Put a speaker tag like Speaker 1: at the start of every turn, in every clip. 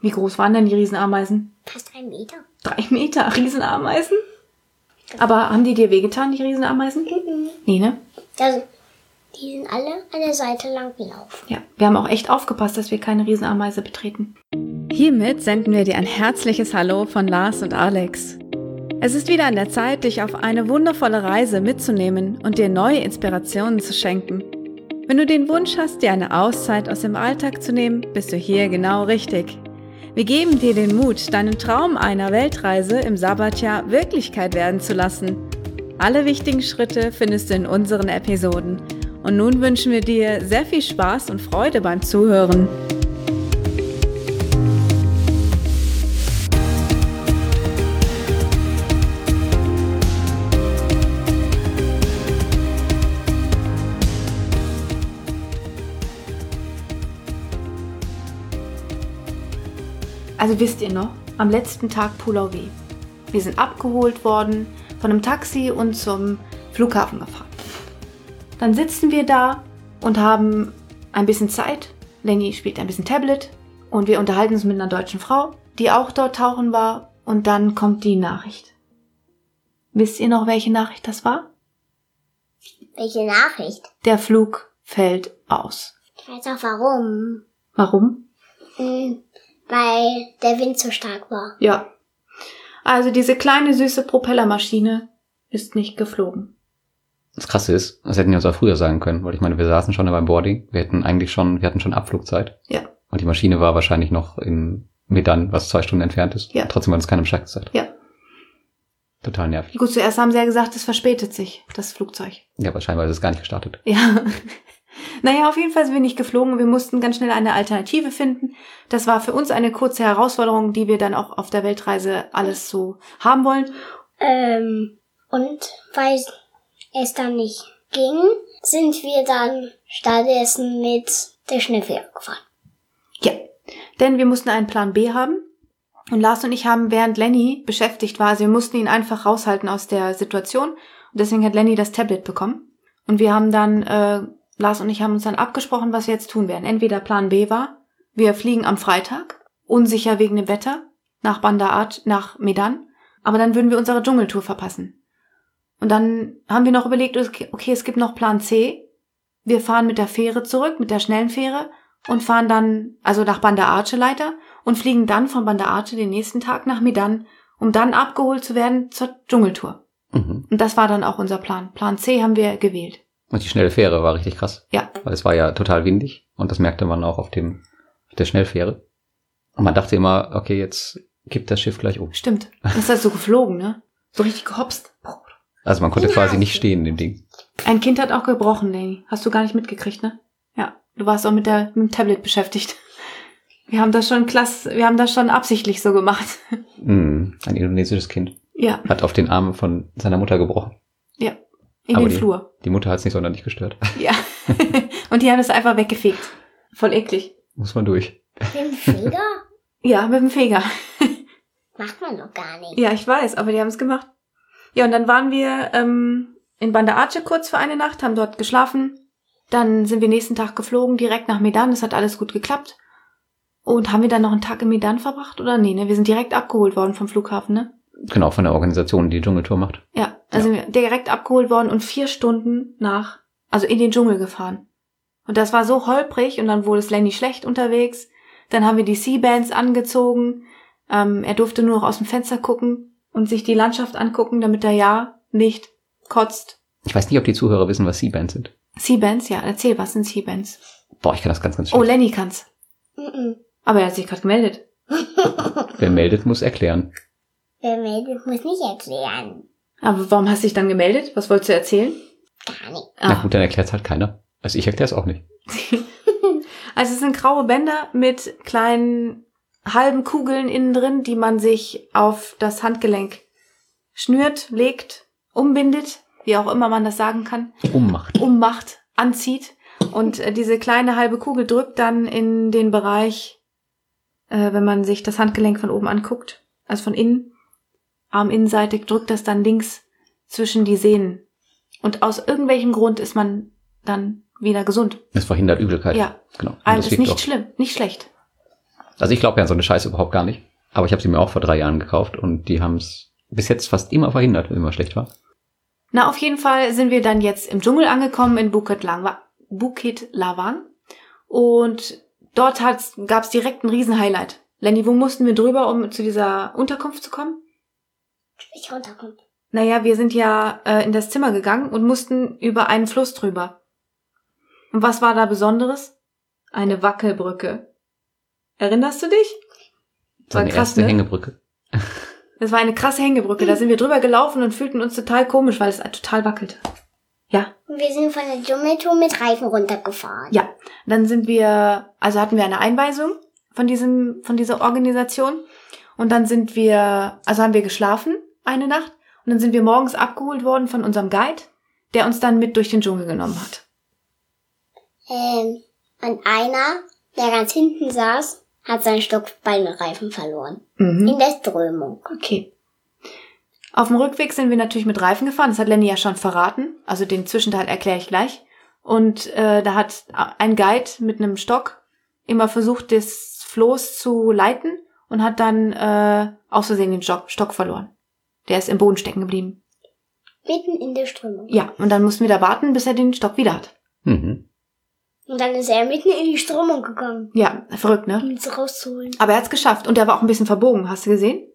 Speaker 1: Wie groß waren denn die Riesenameisen?
Speaker 2: Fast ein Meter.
Speaker 1: Drei Meter Riesenameisen? Aber haben die dir wehgetan, die Riesenameisen?
Speaker 2: Mhm.
Speaker 1: Nee, ne?
Speaker 2: Also, die sind alle an der Seite lang gelaufen.
Speaker 1: Ja, wir haben auch echt aufgepasst, dass wir keine Riesenameise betreten.
Speaker 3: Hiermit senden wir dir ein herzliches Hallo von Lars und Alex. Es ist wieder an der Zeit, dich auf eine wundervolle Reise mitzunehmen und dir neue Inspirationen zu schenken. Wenn du den Wunsch hast, dir eine Auszeit aus dem Alltag zu nehmen, bist du hier genau richtig. Wir geben dir den Mut, deinen Traum einer Weltreise im Sabbatjahr Wirklichkeit werden zu lassen. Alle wichtigen Schritte findest du in unseren Episoden. Und nun wünschen wir dir sehr viel Spaß und Freude beim Zuhören.
Speaker 1: Also wisst ihr noch, am letzten Tag Pulau W. Wir sind abgeholt worden von einem Taxi und zum Flughafen gefahren. Dann sitzen wir da und haben ein bisschen Zeit. Lenny spielt ein bisschen Tablet und wir unterhalten uns mit einer deutschen Frau, die auch dort tauchen war. Und dann kommt die Nachricht. Wisst ihr noch, welche Nachricht das war?
Speaker 2: Welche Nachricht?
Speaker 1: Der Flug fällt aus.
Speaker 2: Ich weiß auch warum.
Speaker 1: Warum?
Speaker 2: Hm, weil der Wind so stark war.
Speaker 1: Ja. Also diese kleine süße Propellermaschine ist nicht geflogen.
Speaker 4: Das Krasse ist, das hätten die uns auch früher sagen können, weil ich meine, wir saßen schon da beim Boarding, wir hätten eigentlich schon, wir hatten schon Abflugzeit.
Speaker 1: Ja.
Speaker 4: Und die Maschine war wahrscheinlich noch in Medan, was zwei Stunden entfernt ist.
Speaker 1: Ja.
Speaker 4: Trotzdem war uns keinem Bescheid gesagt.
Speaker 1: Ja.
Speaker 4: Total nervig.
Speaker 1: Gut, zuerst haben sie ja gesagt, es verspätet sich, das Flugzeug.
Speaker 4: Ja, aber scheinbar ist es gar nicht gestartet.
Speaker 1: Ja. Naja, auf jeden Fall sind wir nicht geflogen. Wir mussten ganz schnell eine Alternative finden. Das war für uns eine kurze Herausforderung, die wir dann auch auf der Weltreise alles so haben wollen.
Speaker 2: Ähm, und weil es dann nicht ging, sind wir dann stattdessen mit der Schneefähre gefahren.
Speaker 1: Ja. Denn wir mussten einen Plan B haben. Und Lars und ich haben, während Lenny beschäftigt war, also wir mussten ihn einfach raushalten aus der Situation. Und deswegen hat Lenny das Tablet bekommen. Und wir haben dann, äh, Lars und ich haben uns dann abgesprochen, was wir jetzt tun werden. Entweder Plan B war, wir fliegen am Freitag, unsicher wegen dem Wetter, nach Bandar Ad, nach Medan. Aber dann würden wir unsere Dschungeltour verpassen. Und dann haben wir noch überlegt, okay, es gibt noch Plan C. Wir fahren mit der Fähre zurück, mit der schnellen Fähre und fahren dann, also nach Bandar Aceh leider, und fliegen dann von Bandar Aceh den nächsten Tag nach Medan, um dann abgeholt zu werden zur Dschungeltour.
Speaker 4: Mhm.
Speaker 1: Und das war dann auch unser Plan. Plan C haben wir gewählt.
Speaker 4: Und die schnelle Fähre war richtig krass.
Speaker 1: Ja.
Speaker 4: Weil es war ja total windig und das merkte man auch auf dem, auf der Schnellfähre. Und man dachte immer, okay, jetzt kippt das Schiff gleich um.
Speaker 1: Stimmt. Das ist halt so geflogen, ne? So richtig gehopst.
Speaker 4: Also man konnte
Speaker 2: Ja.
Speaker 4: quasi nicht stehen in dem Ding.
Speaker 1: Ein Kind hat auch gebrochen, Danny. Hast du gar nicht mitgekriegt, ne? Ja. Du warst auch mit, der, mit dem Tablet beschäftigt. Wir haben das schon klass, wir haben das schon absichtlich so gemacht.
Speaker 4: Mhm. Ein indonesisches Kind
Speaker 1: Ja,
Speaker 4: hat auf den Arm von seiner Mutter gebrochen.
Speaker 1: ja. In
Speaker 4: Aber
Speaker 1: den
Speaker 4: die-
Speaker 1: Flur.
Speaker 4: Die Mutter hat es nicht sonderlich gestört.
Speaker 1: Ja. und die haben das einfach weggefegt. Voll eklig.
Speaker 4: Muss man durch.
Speaker 2: Mit dem Flieger
Speaker 1: Ja, mit dem Feger.
Speaker 2: macht man doch gar nicht.
Speaker 1: Ja, ich weiß, aber die haben es gemacht. Ja, und dann waren wir ähm, in Banda Aceh kurz für eine Nacht, haben dort geschlafen. Dann sind wir nächsten Tag geflogen, direkt nach Medan. Das hat alles gut geklappt. Und haben wir dann noch einen Tag in Medan verbracht oder nee, ne? Wir sind direkt abgeholt worden vom Flughafen, ne?
Speaker 4: Genau, von der Organisation, die die Dschungeltour macht.
Speaker 1: Ja, also sind wir direkt abgeholt worden und vier Stunden nach, also in den Dschungel gefahren. Und das war so holprig und dann wurde es Lenny schlecht unterwegs. Dann haben wir die Sea-Bands angezogen. Ähm, er durfte nur noch aus dem Fenster gucken und sich die Landschaft angucken, damit er ja nicht kotzt.
Speaker 4: Ich weiß nicht, ob die Zuhörer wissen, was Seabands sind.
Speaker 1: Sea-Bands, ja, erzähl, was sind Sea-Bands?
Speaker 4: Boah, ich kann das ganz, ganz
Speaker 1: Oh,
Speaker 4: schlecht.
Speaker 1: Lenny kann's.
Speaker 2: Mhm.
Speaker 1: Aber er hat sich gerade gemeldet.
Speaker 4: Wer meldet, muss erklären.
Speaker 2: Wer meldet, muss nicht erklären.
Speaker 1: Aber warum hast du dich dann gemeldet? Was wolltest du erzählen? Ah.
Speaker 2: Gar nicht.
Speaker 4: Na gut, dann erklärt es halt keiner. Also ich erkläre es auch nicht.
Speaker 1: Also es sind graue Bänder mit kleinen halben Kugeln innen drin, die man sich auf das Handgelenk schnürt, legt, umbindet, wie auch immer man das sagen kann,
Speaker 4: Ummacht.
Speaker 1: ummacht, anzieht. Und äh, diese kleine halbe Kugel drückt dann in den Bereich, äh, wenn man sich das Handgelenk von oben anguckt, also von innen, arminnenseitig, drückt das dann links zwischen die Sehnen. Und aus irgendwelchem Grund ist man dann wieder gesund.
Speaker 4: Das verhindert Übelkeit.
Speaker 1: Ja.
Speaker 4: Genau. Und
Speaker 1: Also
Speaker 4: das
Speaker 1: ist
Speaker 4: wirkt
Speaker 1: nicht
Speaker 4: auch,
Speaker 1: schlimm, nicht schlecht.
Speaker 4: Also ich glaube ja an so eine Scheiße überhaupt gar nicht. Aber ich habe sie mir auch vor drei Jahren gekauft und die haben es bis jetzt fast immer verhindert, wenn immer schlecht war.
Speaker 1: Na, auf jeden Fall sind wir dann jetzt im Dschungel angekommen in Bukit, Langwa Bukit Lawang. Und dort gab es direkt ein Riesen-Highlight. Lenny, wo mussten wir drüber, um zu dieser Unterkunft zu kommen?
Speaker 2: Ich runterkomme.
Speaker 1: Naja, wir sind ja äh, in das Zimmer gegangen und mussten über einen Fluss drüber. Und was war da Besonderes? Eine Wackelbrücke. Erinnerst du dich?
Speaker 4: So eine
Speaker 1: ne?
Speaker 4: erste Hängebrücke.
Speaker 1: Das war eine krasse Hängebrücke. Da sind wir drüber gelaufen und fühlten uns total komisch, weil es total wackelte. Ja,
Speaker 2: Und wir sind von der Dschungeltour mit Reifen runtergefahren.
Speaker 1: ja. Dann sind wir, also hatten wir eine Einweisung von diesem, von dieser Organisation. Und dann sind wir, also haben wir geschlafen eine Nacht. Und dann sind wir morgens abgeholt worden von unserem Guide, der uns dann mit durch den Dschungel genommen hat.
Speaker 2: Ähm, und einer, der ganz hinten saß, hat seinen Stock Beinreifen verloren.
Speaker 1: Mhm.
Speaker 2: In der Strömung.
Speaker 1: Okay. Auf dem Rückweg sind wir natürlich mit Reifen gefahren. Das hat Lenny ja schon verraten. Also den Zwischenteil erkläre ich gleich. Und äh, da hat ein Guide mit einem Stock immer versucht, das Floß zu leiten und hat dann äh, aus Versehen den Stock, Stock verloren. Der ist im Boden stecken geblieben.
Speaker 2: Mitten in der Strömung.
Speaker 1: Ja, und dann mussten wir da warten, bis er den Stock wieder hat.
Speaker 4: Mhm.
Speaker 2: Und dann ist er mitten in die Strömung gegangen,
Speaker 1: Ja, verrückt, ne?
Speaker 2: um uns rauszuholen.
Speaker 1: Aber er hat's geschafft. Und der war auch ein bisschen verbogen. Hast du gesehen?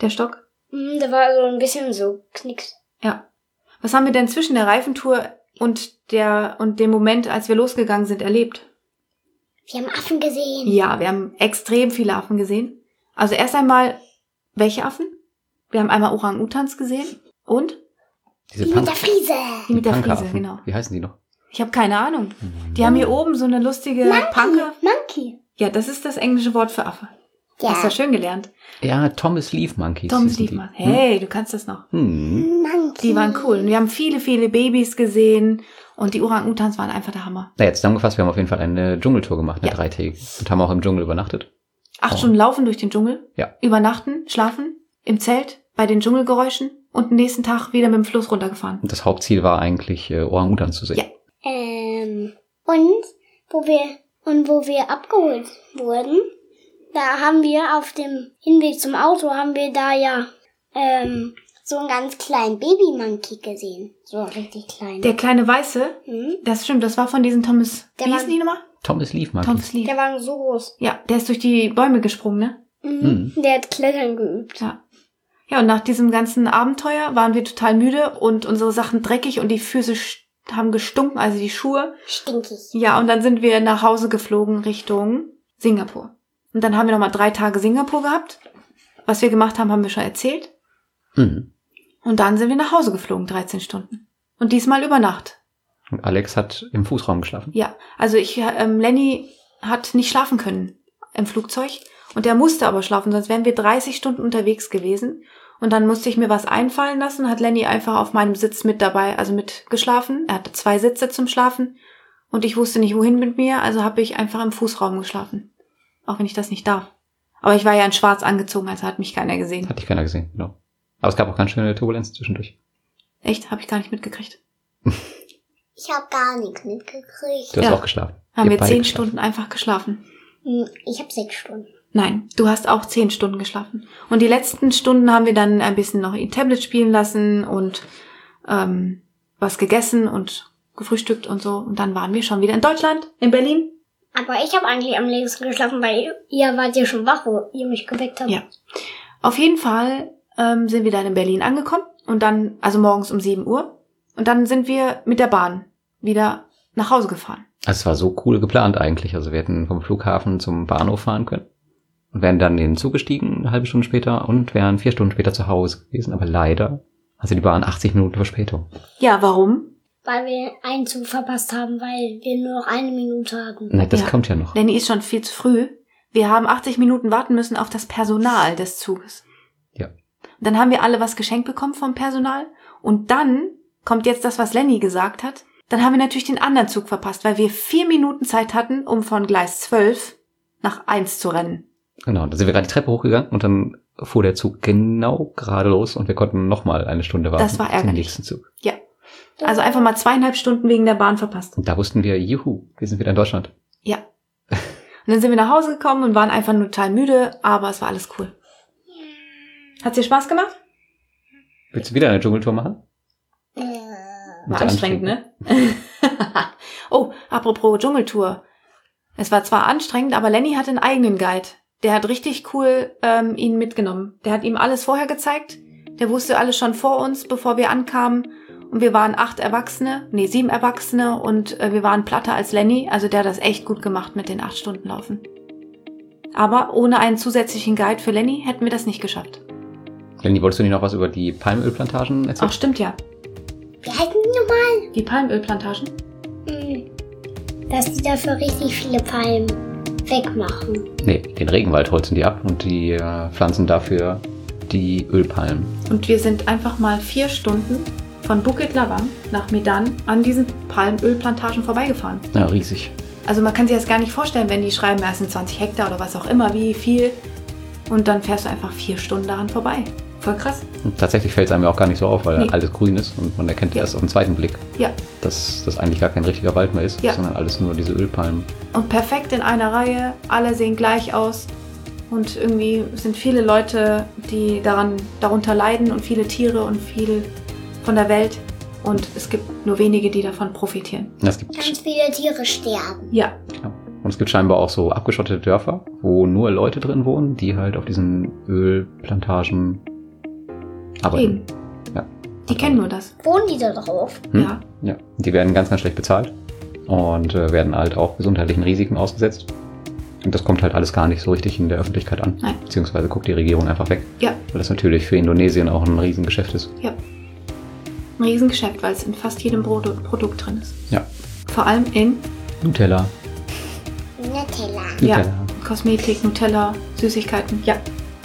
Speaker 1: Der Stock?
Speaker 2: Mhm, da war so ein bisschen so knicks.
Speaker 1: Ja. Was haben wir denn zwischen der Reifentour und der und dem Moment, als wir losgegangen sind, erlebt?
Speaker 2: Wir haben Affen gesehen.
Speaker 1: Ja, wir haben extrem viele Affen gesehen. Also erst einmal, welche Affen? Wir haben einmal Orang-Utans gesehen und
Speaker 4: Diese
Speaker 2: Die mit der Friese.
Speaker 1: die mit der Friese,
Speaker 4: Punkeraffen.
Speaker 1: genau.
Speaker 4: Wie heißen die noch?
Speaker 1: Ich habe keine Ahnung. Die haben hier oben so eine lustige Panke.
Speaker 2: Monkey.
Speaker 1: Ja, das ist das englische Wort für Affe. Hast du
Speaker 2: Ja.
Speaker 1: ja schön gelernt.
Speaker 4: Ja, Thomas Leaf Monkeys.
Speaker 1: Tom
Speaker 4: hießen die.
Speaker 1: Liebmann. Hey, du kannst das noch.
Speaker 4: Hm.
Speaker 2: Monkey.
Speaker 1: Die waren cool. ne? Und wir haben viele, viele Babys gesehen und die Orang-Utans waren einfach der Hammer.
Speaker 4: Naja, zusammengefasst, wir haben auf jeden Fall eine Dschungeltour gemacht, eine
Speaker 1: Ja.
Speaker 4: dreitägige. Und haben auch im Dschungel übernachtet.
Speaker 1: Acht
Speaker 4: Oh.
Speaker 1: Stunden laufen durch den Dschungel,
Speaker 4: Ja.
Speaker 1: übernachten, schlafen, im Zelt, bei den Dschungelgeräuschen und am nächsten Tag wieder mit dem Fluss runtergefahren.
Speaker 4: Und das Hauptziel war eigentlich, äh, Orang-Utan zu sehen.
Speaker 1: Ja.
Speaker 2: Ähm, und wo wir und wo wir abgeholt wurden, da haben wir auf dem Hinweg zum Auto haben wir da ja ähm, so einen ganz kleinen Baby-Monkey gesehen. So richtig klein.
Speaker 1: Der kleine Weiße,
Speaker 2: hm?
Speaker 1: das stimmt, das war von diesem Thomas,
Speaker 2: Der
Speaker 1: wie
Speaker 2: war-
Speaker 1: hießen die nochmal?
Speaker 4: Thomas Leaf
Speaker 1: Tom
Speaker 4: Monkeys.
Speaker 1: Sleeve.
Speaker 2: der war so groß.
Speaker 1: Ja, der ist durch die Bäume gesprungen, ne?
Speaker 2: Mhm. Der hat Klettern geübt.
Speaker 1: Ja. Ja, und nach diesem ganzen Abenteuer waren wir total müde und unsere Sachen dreckig und die Füße sch- haben gestunken, also die Schuhe.
Speaker 2: Stinkig.
Speaker 1: Ja, und dann sind wir nach Hause geflogen Richtung Singapur. Und dann haben wir nochmal drei Tage Singapur gehabt. Was wir gemacht haben, haben wir schon erzählt.
Speaker 4: Mhm.
Speaker 1: Und dann sind wir nach Hause geflogen, 13 Stunden. Und diesmal über Nacht.
Speaker 4: Und Alex hat im Fußraum geschlafen.
Speaker 1: Ja, also ich, ähm, Lenny hat nicht schlafen können im Flugzeug. Und er musste aber schlafen, sonst wären wir 30 Stunden unterwegs gewesen. Und dann musste ich mir was einfallen lassen, hat Lenny einfach auf meinem Sitz mit dabei, also mit geschlafen. Er hatte zwei Sitze zum Schlafen. Und ich wusste nicht, wohin mit mir, also habe ich einfach im Fußraum geschlafen. Auch wenn ich das nicht darf. Aber ich war ja in schwarz angezogen, also hat mich keiner gesehen.
Speaker 4: Hat dich keiner gesehen, genau. Aber es gab auch ganz schöne Turbulenz zwischendurch.
Speaker 1: Echt? Habe ich gar nicht mitgekriegt.
Speaker 2: Ich habe gar nichts mitgekriegt.
Speaker 4: Du hast
Speaker 1: Ja.
Speaker 4: auch geschlafen.
Speaker 1: Haben
Speaker 4: Ihr
Speaker 1: wir
Speaker 4: beide
Speaker 1: zehn
Speaker 4: geschlafen.
Speaker 1: Stunden einfach geschlafen.
Speaker 2: Hm, Ich habe sechs Stunden.
Speaker 1: Nein, du hast auch zehn Stunden geschlafen. Und die letzten Stunden haben wir dann ein bisschen noch ihr Tablet spielen lassen und ähm, was gegessen und gefrühstückt und so. Und dann waren wir schon wieder in Deutschland, in Berlin.
Speaker 2: Aber ich habe eigentlich am längsten geschlafen, weil ihr- ihr wart ja schon wach, wo ihr mich geweckt habt.
Speaker 1: Ja. Auf jeden Fall ähm, sind wir dann in Berlin angekommen und dann, also morgens um 7 Uhr. Und dann sind wir mit der Bahn wieder nach Hause gefahren.
Speaker 4: Also es war so cool geplant eigentlich. Also wir hätten vom Flughafen zum Bahnhof fahren können. Und wären dann in den Zug gestiegen, eine halbe Stunde später, und wären vier Stunden später zu Hause gewesen. Aber leider hatte die Bahn 80 Minuten Verspätung.
Speaker 1: Ja, warum?
Speaker 2: Weil wir einen Zug verpasst haben, weil wir nur noch eine Minute hatten.
Speaker 4: Na, das
Speaker 1: Ja.
Speaker 4: kommt ja noch.
Speaker 1: Lenny ist schon viel zu früh. Wir haben 80 Minuten warten müssen auf das Personal des Zuges.
Speaker 4: Ja.
Speaker 1: Und dann haben wir alle was geschenkt bekommen vom Personal. Und dann kommt jetzt das, was Lenny gesagt hat. Dann haben wir natürlich den anderen Zug verpasst, weil wir vier Minuten Zeit hatten, um von Gleis 12 nach 1 zu rennen.
Speaker 4: Genau, da sind wir gerade die Treppe hochgegangen und dann fuhr der Zug genau gerade los und wir konnten nochmal eine Stunde warten.
Speaker 1: Das war
Speaker 4: auf Den
Speaker 1: ärgerlich.
Speaker 4: nächsten Zug.
Speaker 1: Also einfach mal zweieinhalb Stunden wegen der Bahn verpasst.
Speaker 4: Und da wussten wir, juhu, wir sind wieder in Deutschland.
Speaker 1: Ja. Und dann sind wir nach Hause gekommen und waren einfach nur total müde, aber es war alles cool. Hat's dir Spaß gemacht?
Speaker 4: Willst du wieder eine Dschungeltour machen?
Speaker 1: War
Speaker 4: Ist
Speaker 1: anstrengend, ne? oh, apropos Dschungeltour. Es war zwar anstrengend, aber Lenny hatte einen eigenen Guide. Der hat richtig cool ähm, ihn mitgenommen. Der hat ihm alles vorher gezeigt. Der wusste alles schon vor uns, bevor wir ankamen. Und wir waren acht Erwachsene, nee, sieben Erwachsene und äh, wir waren platter als Lenny. Also der hat das echt gut gemacht mit den acht Stunden Laufen. Aber ohne einen zusätzlichen Guide für Lenny hätten wir das nicht geschafft.
Speaker 4: Lenny, wolltest du nicht noch was über die Palmölplantagen erzählen?
Speaker 1: Ach, stimmt ja.
Speaker 2: Wir hätten nochmal,
Speaker 1: Die Palmölplantagen.
Speaker 2: Mm, dass die dafür richtig viele Palmen wegmachen.
Speaker 4: Nee, den Regenwald holzen die ab und die äh, pflanzen dafür die Ölpalmen.
Speaker 1: Und wir sind einfach mal vier Stunden von Bukit Lawang nach Medan an diesen Palmölplantagen vorbeigefahren.
Speaker 4: Ja, riesig.
Speaker 1: Also man kann sich das gar nicht vorstellen, wenn die schreiben, ja, es sind 20 Hektar oder was auch immer, wie viel. Und dann fährst du einfach vier Stunden daran vorbei. Voll krass.
Speaker 4: Und tatsächlich fällt es einem ja auch gar nicht so auf, weil
Speaker 1: Nee.
Speaker 4: alles grün ist und man erkennt
Speaker 1: Ja.
Speaker 4: erst auf den zweiten Blick,
Speaker 1: Ja,
Speaker 4: dass das eigentlich gar kein richtiger Wald mehr ist,
Speaker 1: Ja.
Speaker 4: sondern alles nur diese Ölpalmen.
Speaker 1: und perfekt in einer Reihe. Alle sehen gleich aus. Und irgendwie sind viele Leute, die daran, darunter leiden und viele Tiere und viel von der Welt. Und es gibt nur wenige, die davon profitieren.
Speaker 4: Ja, Es gibt,
Speaker 2: Ganz viele Tiere sterben.
Speaker 1: Ja,
Speaker 4: und es gibt scheinbar auch so abgeschottete Dörfer, wo nur Leute drin wohnen, die halt auf diesen Ölplantagen arbeiten.
Speaker 1: eben.
Speaker 4: Ja.
Speaker 1: Die kennen nur das.
Speaker 2: Wohnen die da drauf?
Speaker 4: Hm?
Speaker 1: Ja.
Speaker 4: Ja, die werden ganz, ganz schlecht bezahlt und äh, werden halt auch gesundheitlichen Risiken ausgesetzt. Und das kommt halt alles gar nicht so richtig in der Öffentlichkeit an.
Speaker 1: Nein.
Speaker 4: Beziehungsweise guckt die Regierung einfach weg,
Speaker 1: Ja,
Speaker 4: weil das natürlich für Indonesien auch ein Riesengeschäft ist.
Speaker 1: ja. Ein Riesengeschäft, weil es in fast jedem Brot Produkt drin ist.
Speaker 4: Ja.
Speaker 1: Vor allem in
Speaker 4: Nutella.
Speaker 2: Nutella.
Speaker 1: ja,
Speaker 4: Nutella.
Speaker 1: Kosmetik, Nutella, Süßigkeiten. Ja,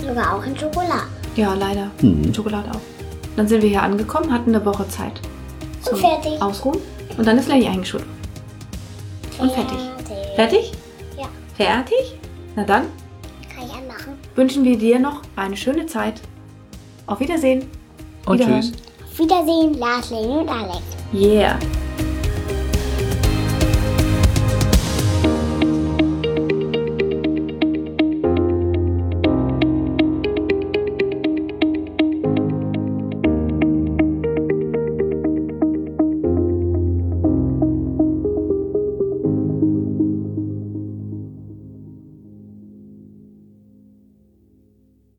Speaker 2: Sogar auch in Schokolade.
Speaker 1: ja, leider.
Speaker 4: Hm.
Speaker 1: Schokolade auch. Dann sind wir hier angekommen, hatten eine Woche Zeit
Speaker 2: Und fertig.
Speaker 1: Ausruhen. Und dann ist Lenny eingeschult. Und fertig. Fertig?
Speaker 2: Ja.
Speaker 1: Fertig? Na dann
Speaker 2: Kann ich anmachen.
Speaker 1: wünschen wir dir noch eine schöne Zeit. Auf Wiedersehen.
Speaker 4: Und
Speaker 1: Wiederhören.
Speaker 4: tschüss.
Speaker 2: Auf Wiedersehen, Lars, Lane und Alex.
Speaker 1: Yeah.